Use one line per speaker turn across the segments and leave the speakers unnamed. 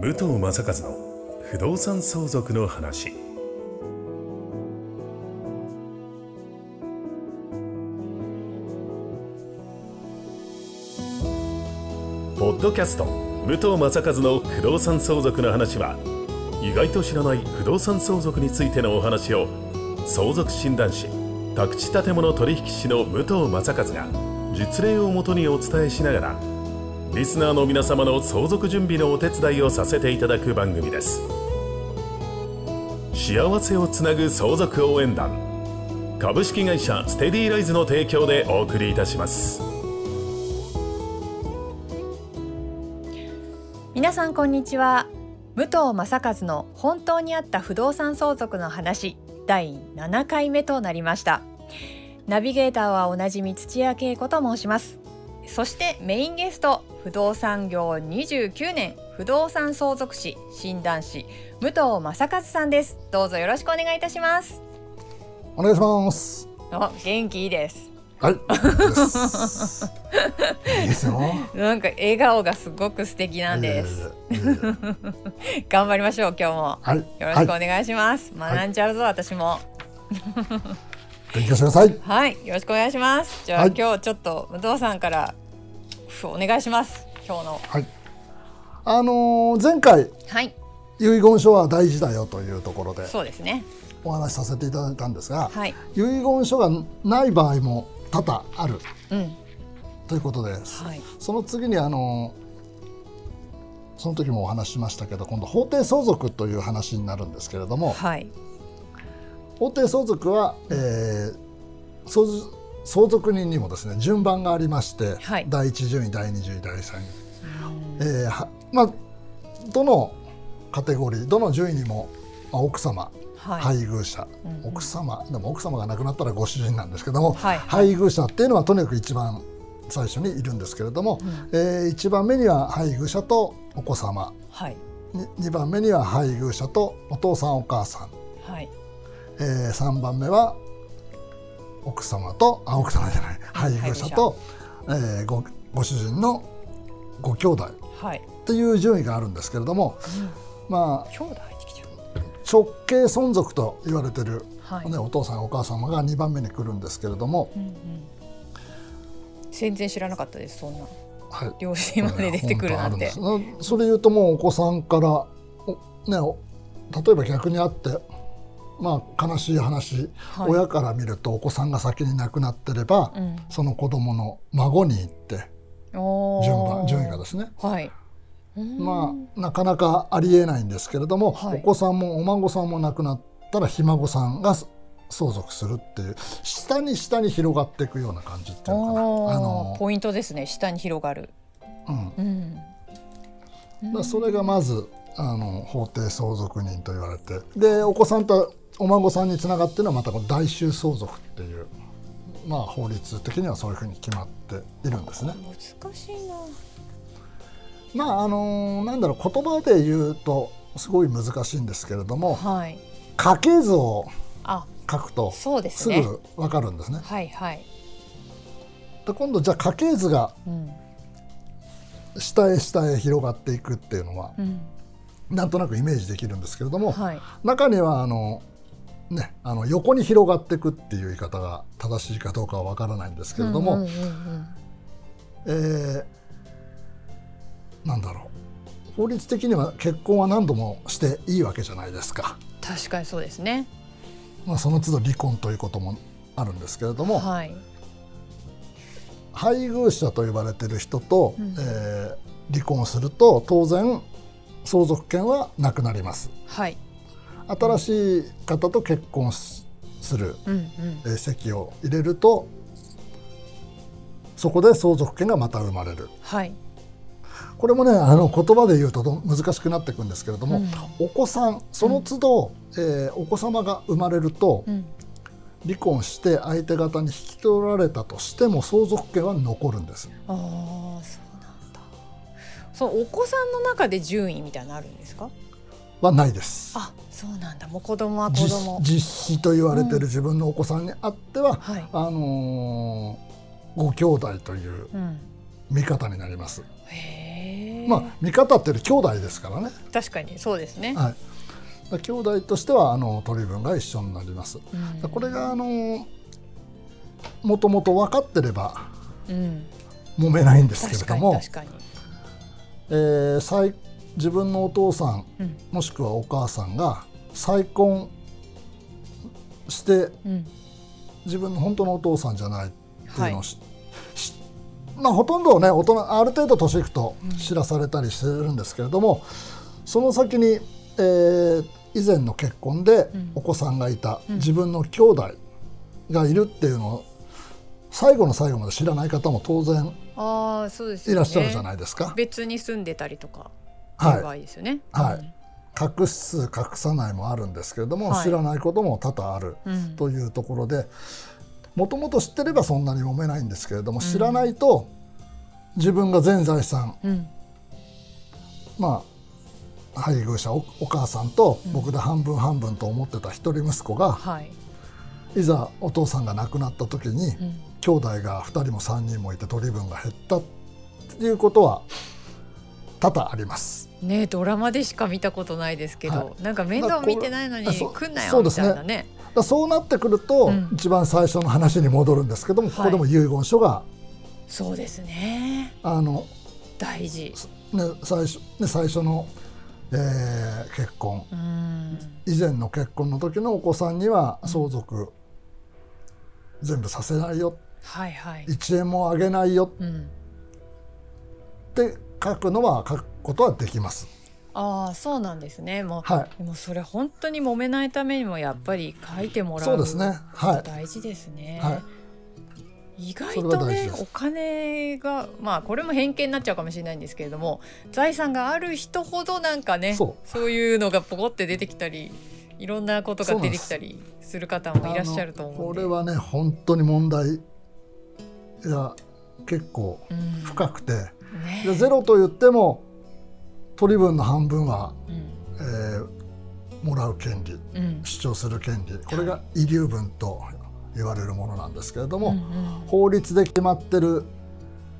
武藤正和の不動産相続の話ポッドキャスト武藤正和の不動産相続の話は意外と知らない不動産相続についてのお話を相続診断士宅地建物取引士の武藤正和が実例をもとにお伝えしながらリスナーの皆様の相続準備のお手伝いをさせていただく番組です幸せをつなぐ相続応援団株式会社ステディライズの提供でお送りいたします
皆さんこんにちは武藤正和の本当にあった不動産相続の話第7回目となりましたナビゲーターはおなじみ土屋恵子と申しますそしてメインゲスト不動産業29年不動産相続士診断士武藤正和さんですどうぞよろしくお願いいたします
お願いします。
お元気いいです
はい。ですいいですよ。
なんか笑顔がすごく素敵なん です、
えー。えー
頑張りましょう今日も
はい。
よろしくお
はい。
願いします、
い
学んじゃうぞ私も
勉強してください。
はい、よろしくお願いします。じゃあ、
はい
今日ちょっと武藤さんからふお願いします。今日の
はい。あのー前回
はい、
遺言書は大事だよというところで
そうですね。
お話しさせていただいたんですが、
はい、
遺言書がない場合も多々ある
うん、
ということです。
はい、
その次にあのーその時もお話ししましたけど今度法定相続という話になるんですけれども、
はい、
法定相続は、えー相続相続人にもですね順番がありまして、
はい
第一順位第二順位第三位、えーはまあどのカテゴリーどの順位にも、まあ、奥様
はい、
配偶者、
うんうん
奥様でも奥様が亡くなったらご主人なんですけども、
はい
配偶者っていうのはとにかく一番最初にいるんですけれども、えー一番目には配偶者とお子様
はい、
に二番目には配偶者とお父さんお母さん
はい、
えー、3番目は奥様とあ奥様じゃない
はい
配偶者と、えーごご主人のご兄弟
はい、
という順位があるんですけれども、まあ、
兄弟入ってきちゃう。
直系存続と言われてる、
はい
ね、お父さんお母様が2番目に来るんですけれども、
うんうん。全然知らなかったです。そんな
はい、
両親まで出てくるなんて。
本当あるんですそれ言うともうお子さんからおねお例えば逆にあってまあ悲しい話、
はい
親から見るとお子さんが先に亡くなってれば、
うん
その子供の孫に行って
おー
順番順位がですね
はい。うん
まあなかなかありえないんですけれども、
はい
お子さんもお孫さんも亡くなったらひ孫さんが相続するっていう下に下に広がっていくような感じっていうのかな。
おー
あの
ポイントですね。下に広がる。
うん
うん。
だからそれがまずあの法定相続人と言われてでお子さんとお孫さんにつながってるのはまたこの代衆相続っていう、まあ、法律的にはそういうふうに決まっているんですね。
難しいな。
まああのなんだろう言葉で言うとすごい難しいんですけれども
はい。
家系図を
あ、
書くと
そうです
す
ね。
ぐ分かるんですね。
はいはい。
で今度じゃあ家系図が
うん。
下へ下へ広がっていくっていうのは
うん。
なんとなくイメージできるんですけれども、
はい。
中にはあの、ね、あの横に広がっていくっていう言い方が正しいかどうかは分からないんですけれど
う
も、
んうんうん
えーなんだろう法律的には結婚は何度もしていいわけじゃないですか、
確かにそうですね。
まあ、その都度離婚ということもあるんですけれども、
はい。
配偶者と呼ばれてる人と、
うん
えー離婚すると当然相続権はなくなります
はい。
新しい方と結婚すする
うんうん。
えー籍を入れるとそこで相続権がまた生まれる
はい。
これもねあの言葉で言うとど難しくなっていくんですけれども、
うん
お子さんその都度、えーお子様が生まれると
うん。
離婚して相手方に引き取られたとしても相続権は残るんです
ああ、そうなんだ。そのお子さんの中で順位みたいなのあるんですか。
はないです
あ、そうなんだ。もう子供は子
実
供。
実子と言われてる自分のお子さんにあっては、
はい。
あのーご兄弟という
うん。
見方になります。
へえ。
まあ、見方っていうより兄弟ですからね。
確かにそうですね。
はい、だ兄弟としてはあの取り分が一緒になります。
うん
だこれがあのもともと分かってれば
うん。
揉めないんですけれ
確か
ど
に
も、
確かに。
えー再自分のお父さん
うん
もしくはお母さんが再婚して
うん。
自分の本当のお父さんじゃないってい
は
う
い
のを。し、しまあ、ほとんどね大人ある程度年いくと知らされたりするんですけれども、その先に、えー以前の結婚で
うん
お子さんがいた、
うん
自分の兄弟がいるっていうのを最後の最後まで知らない方も当然
ああそうですよ
い
ね。
らっしゃるじゃないですか。
別に住んでたりとかっていう場
は
合ですよね。
はいい、隠す隠さないもあるんですけれども、
はい
知らないことも多々ある
うん。
というところでもともと知ってればそんなに揉めないんですけれども知らないと自分が全財産
うん。
まあ配偶者おお母さんと僕で半分半分と思ってた一人息子が
はい。
いざお父さんが亡くなった時に
うん。
兄弟が2人も3人もいて取り分が減ったっていうことは多々あります。
ねえドラマでしか見たことないですけど、
は
なんか面倒見てないのに
だからこれ
来んな
あそ
よ
うで
み
す
た
ね
いなね。
だからそうなってくると、
うん
一番最初の話に戻るんですけどもここでも遺言書が、
そうですね。
あの
大事。
ね、最初ね最初の、えー結婚
うん。
以前の結婚の時のお子さんには相続全部させないよ
はいはい。
1円もあげないよ
うん。
って書くのは書くことはできます。
ああそうなんですね。もう、
は
でもそれ本当に揉めないためにもやっぱり書いても
い、
らう
そうですね。は
大事ですね。
い、はい、
意外
それ
と
は大事
ね
です
お金がまあこれも偏見になっちゃうかもしれないんですけれども財産がある人ほどなんかね
そ
いうのがポコって出てきたりいろんなことが出てきたりする方もいらっしゃると
あの
思う
こ
んで
れはね本当に問題が結構
うん
深くて、
ね
でゼロと言っても取り分の半分は、
うん
えーもらう権利
うん
主張する権利これが遺留分と言われるものなんですけれども、
うんうん
法律で決まってる、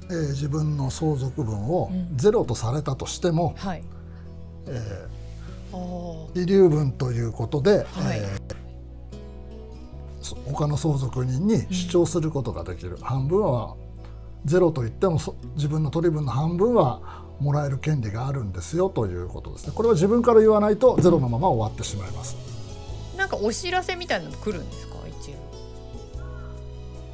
えー自分の相続分を
うん
ゼロとされたとしても、
はい
え
あー
ー遺留分ということで、
はい
えーそ他の相続人に主張することができる、半分はゼロと言ってもそ自分の取り分の半分はもらえる権利があるんですよということですねこれは自分から言わないとゼロのまま終わってしまいます。
なんかお知らせみたいなの来るんですか一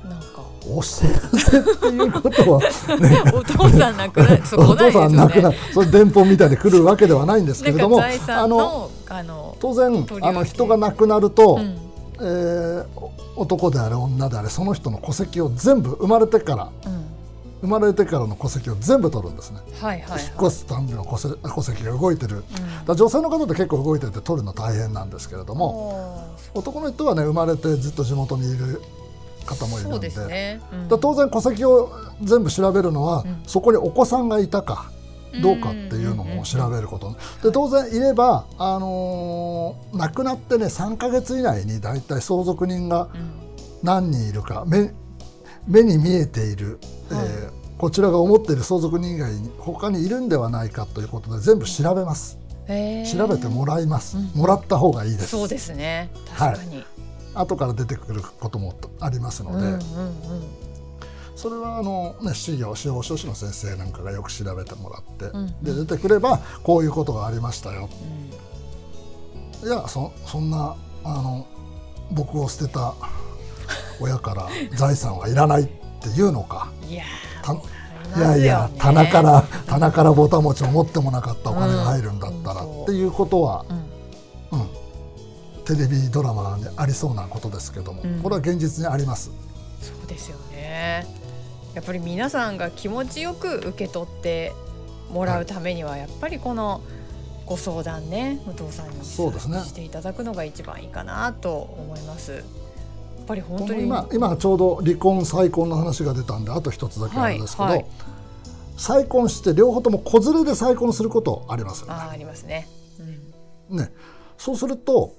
応なんか
お知らせっていうことは、ね、
お父さん亡くな そう
お
来ないです
父さ
よ
ん
ね
亡くなる、それ電報みたいで来るわけではないんですけれ
な
ど
ん か
も、
財産
の
のあの
当
取り
然
分け
あの人が亡くなると、
うん
えー男であれ女であれその人の戸籍を全部生まれてから
うん
生まれてからの戸籍を全部取るんですね。
はいはいはい
引っ越すための戸籍戸籍が動いてる。
うん
だから女性の方って結構動いてて取るの大変なんですけれども、
あ
男の人はね生まれてずっと地元にいる方もい
ー
る
そ
ん
う
で。
ですね。うん
だから当然戸籍を全部調べるのは、
うん
そこにお子さんがいたかどうかっていうのも調べること、で当然いれば、あのー亡くなってね3か月以内に大体相続人が
うん
何人いるか目目に見えている、
はい
えーこちらが思っている相続人以外に他にいるんではないかということで全部調べます
へー
調べてもらいます、
うん
もらった方がいいです
そうですね。
はい
確かに。
後から出てくることもありますの
うん
で、
うんうん。
それはあの、ね、資料司法書士の先生なんかがよく調べてもらって、
うん
で出てくればこういうことがありましたよ
うん
いやそそんなあの僕を捨てた親から財産はいらないっていうのか
いや
た
ー
いやい
あ
や
りますよね
棚から棚からぼたもちを持ってもなかったお金が入るんだったら、
うん
っていうことは、
うん
うん、テレビドラマにありそうなことですけども、
うん
これは現実にあります。
そうですよね。やっぱり皆さんが気持ちよく受け取ってもらうためにはやっぱりこのご相談ね武藤さんに
そうですね
していただくのが一番いいかなと思います。やっぱり本当に
今今ちょうど離婚再婚の話が出たんであと一つだけあるんですけど、
はいはい
再婚して両方とも子連れで再婚することありますよ
あー
ね
ありますね。うん
ねそうすると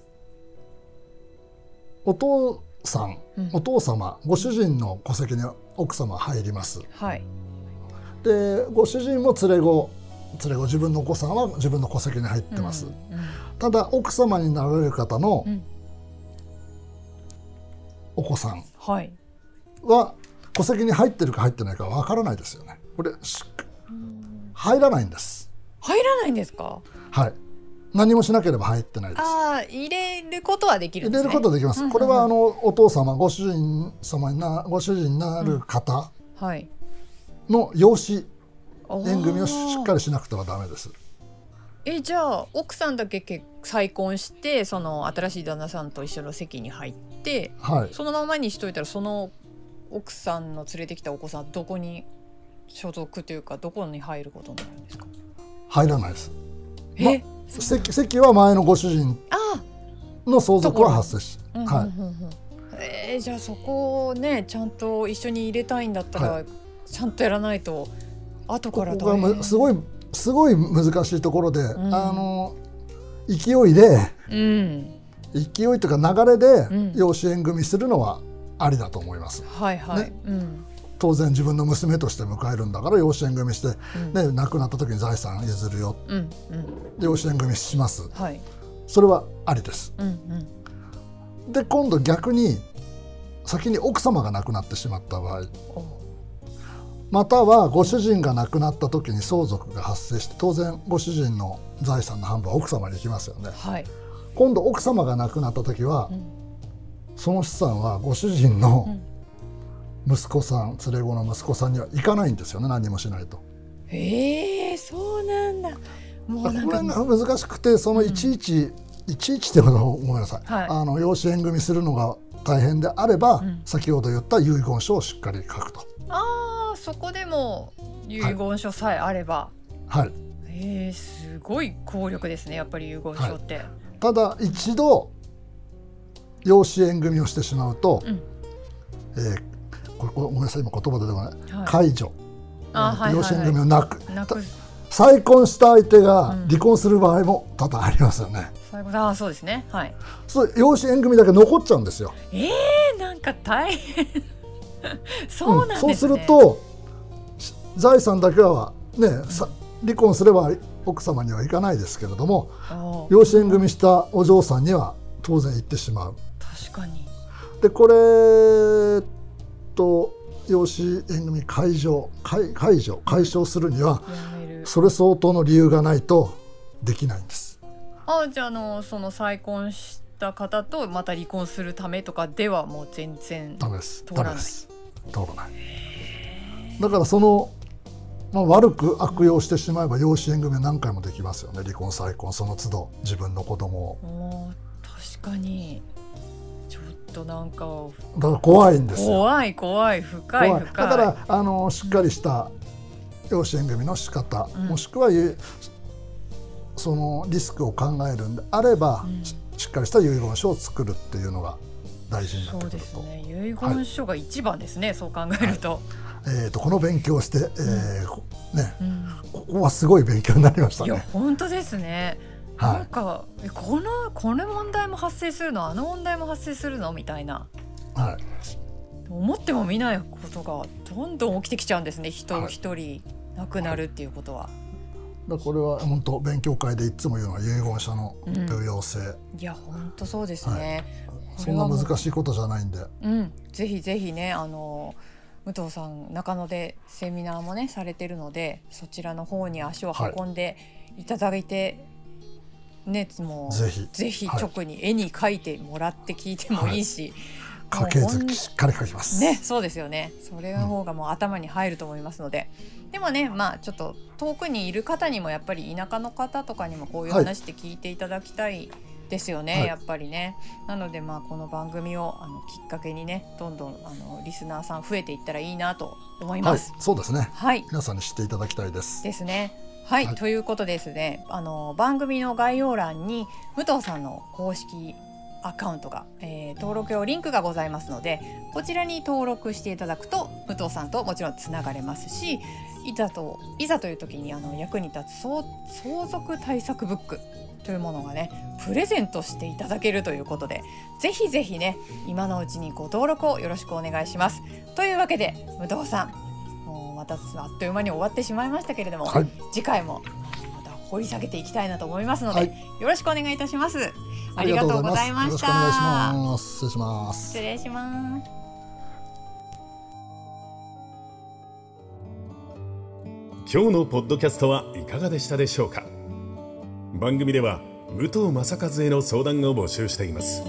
お父さん
うん
お父様ご主人の戸籍に奥様入ります
はい。
でご主人も連れ子連れ子自分のお子さんは自分の戸籍に入ってます、
うん
ただ奥様になられる方の
うん
お子さん
はい。
は戸籍に入ってるか入ってないかわからないですよねこれし入らないんです
入らないんですか。
はい何もしなければ入ってないです
ああ、入れることはできる
入
んで
れ
す、
る
ね。
ことはできま
うん
す
うん
これはあのお父様ご主人様になご主人になる方
はい。
の養子
おー
縁組をしっかりしなくてはダメです
えじゃあ奥さんだけ結再婚してその新しい旦那さんと一緒の席に入って
はい
そのままにしといたらその奥さんの連れてきたお子さんはどこに所属というかどこに入ることになるんですか
入らないです
え、
席席は前のご主人
あ
の相続は発生し、
あ、うん
は
うんうんうんえーじゃあそこをねちゃんと一緒に入れたいんだったら、
は
ちゃんとやらないと後から
い、こ
大
こ
変
がむすごいすごい難しいところで、
ん
あの勢いで
うん
勢いというか流れで
うん
養子縁組するのはありだと思います、
はいはい、
ね
うん
当然自分の娘として迎えるんだから養子縁組して、
うん
ね、亡くなった時に財産譲るよ
うんうん
養子縁組します
はい
それはありです
うんうん
で今度逆に先に奥様が亡くなってしまった場合
お
またはご主人が亡くなった時に相続が発生して当然ご主人の財産の半分は奥様に行きますよね
はい、
今度奥様が亡くなった時は、
うん
その資産はご主人の息子さん連れ子の息子さんには行かないんですよね何もしないと。
ええそうなんだ。も
こ
う
れ
なんか
が難しくてそのいちいち、いちいちってことはごめんなさい、
はい
あの養子縁組するのが大変であれば、
うん
先ほど言った遺言書をしっかり書くと。
ああそこでも遺言書さえあれば、
はい
ええすごい効力ですねやっぱり遺言書って。
ただ一度養子縁組をしてしまうと、
うん
えーこれこれごめんなさい今言葉出てこない、
はい
解除
あーはい
養
は
子
い
縁
は
組をなく,た、
い。なく
再婚した相手が
うん
離婚する場合も多々ありますよね、
最後ああそうですねはい。
そう養子縁組だけ残っちゃうんですよ
ええなんか大変。 そうなんですね。
んそうするとし財産だけはね、さ離婚すれば奥様にはいかないですけれども
おー
養子縁組したお嬢さんには当然行ってしまう
確かに。
でこれと養子縁組解除解解除解消するには
やめる。
それ相当の理由がないとできないんです
あじゃああのその再婚した方とまた離婚するためとかではもう全然
ダメです
通ら
ダ
ない
メです通らないだからその、まあ、悪く悪用してしまえば養子縁組は何回もできますよね離婚再婚その都度自分の子供を
おー確かにちょっとなんか
だから怖いんですよ
怖い怖い深い
怖
深
い
い
だからあのしっかりした養子縁組の仕方、
うん
もしくはゆそのリスクを考えるんであれば、
うん
ししっかりした遺言書を作るっていうのが大事にな
そ
って
う
く
で
る
す
と,、
ね遺言書が一番ですね、そう考えると、
えー、とこの勉強をして、えーこね、
うん
ここはすごい勉強になりました
いや
ね。
本当ですね、
はい
なんかえこのこの問題も発生するのあの問題も発生するのみたいな
はい
思っても見ないことがどんどん起きてきちゃうんですね人
はい
一人亡くなるっていうことは、
だからこれは本当勉強会でいつも言うのは遺言書の重要性、
い、や本当そうですね、こ
そ
れ
んな
はもう
難しいことじゃないんで
うん、ぜひぜひねあの武藤さん中野でセミナーもねされてるのでそちらの方に足を運んでいただいて、ねもう
ぜひ
ぜひ
はい
直に絵に描いてもらって聞いてもいいし、
家系
もうほん
図しっかり書きます、
ね、そうですよね。それの方がもう頭に入ると思いますので。でもね、まあちょっと遠くにいる方にもやっぱり田舎の方とかにもこういう
はい
話って聞いていただきたいですよね、
はい
やっぱりね。なのでまあこの番組をあのきっかけにね、どんどんあのリスナーさん増えていったらいいなと思い
は
ま
い
す。
そうですね
はい
皆さんに知っていただきたいです
ですね。はい、
はい
ということですね。あの番組の概要欄に武藤さんの公式アカウントが、えー登録用リンクがございますので、こちらに登録していただくと武藤さんともちろんつながれますし、いざといざという時にあの役に立つ相相続対策ブック。というものがねプレゼントしていただけるということでぜひぜひね今のうちにご登録をよろしくお願いしますというわけで武藤さんもうまたあっという間に終わってしまいましたけれども、
はい
次回もまた掘り下げていきたいなと思いますので、
はい
よろしくお願いいたしますありがとうございま
よろ
し
しくお願いしたます。失礼します。
失礼します
今日のポッドキャストはいかがでしたでしょうか番組では武藤正和への相談を募集しています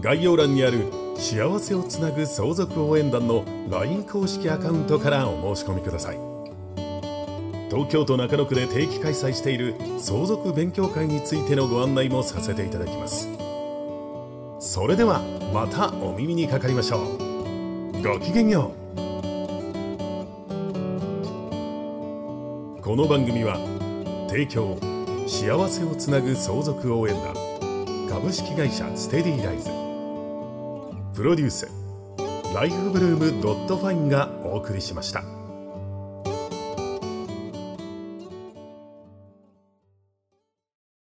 概要欄にある「幸せをつなぐ相続応援団」の LINE 公式アカウントからお申し込みください東京都中野区で定期開催している相続勉強会についてのご案内もさせていただきますそれではまたお耳にかかりましょうごきげんようこの番組は提供幸せをつなぐ相続応援団株式会社ステディライズプロデュースライフブルームドットファインがお送りしました。